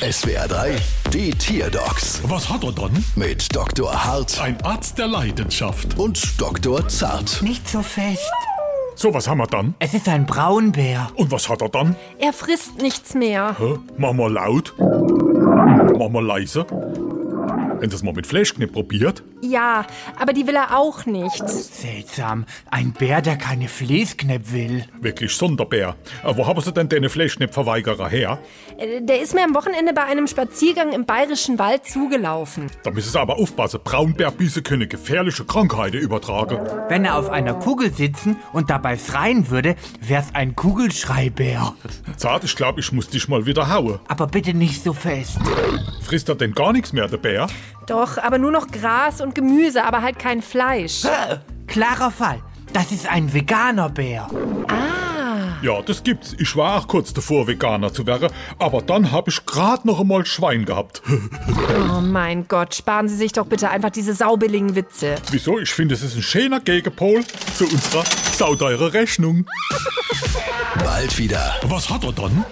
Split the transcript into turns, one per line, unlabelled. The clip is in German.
SWR 3, die Tierdocs
Was hat er dann?
mit Dr. Hart
Ein Arzt der Leidenschaft.
und Dr. Zart.
Nicht so fest.
So, was haben wir dann?
Es ist ein Braunbär.
Und was hat er dann?
Er frisst nichts mehr.
Hä? Mach mal laut. Mach mal leise. Wenn das mal mit Fleischknepp probiert.
Ja, aber die will er auch nicht.
Seltsam. Ein Bär, der keine Fließknepp will.
Wirklich Sonderbär. Äh, wo haben sie denn deine Fleischknepp-Verweigerer her?
Äh, Der ist mir am Wochenende bei einem Spaziergang im bayerischen Wald zugelaufen.
Da müssen sie aber aufpassen. Braunbärbiese können gefährliche Krankheiten übertragen.
Wenn er auf einer Kugel sitzen und dabei schreien würde, wär's ein Kugelschreibär.
Zart, ich glaube, ich muss dich mal wieder hauen.
Aber bitte nicht so fest.
Frisst er denn gar nichts mehr, der Bär?
Doch, aber nur noch Gras und Gemüse, aber halt kein Fleisch.
Klarer Fall. Das ist ein veganer Bär.
Ja, das gibt's. Ich war auch kurz davor, Veganer zu werden, aber dann hab ich grad noch einmal Schwein gehabt.
Oh mein Gott, sparen Sie sich doch bitte einfach diese saubilligen Witze.
Wieso? Ich finde, es ist ein schöner Gegenpol zu unserer sauteure Rechnung.
Bald wieder.
Was hat er dann?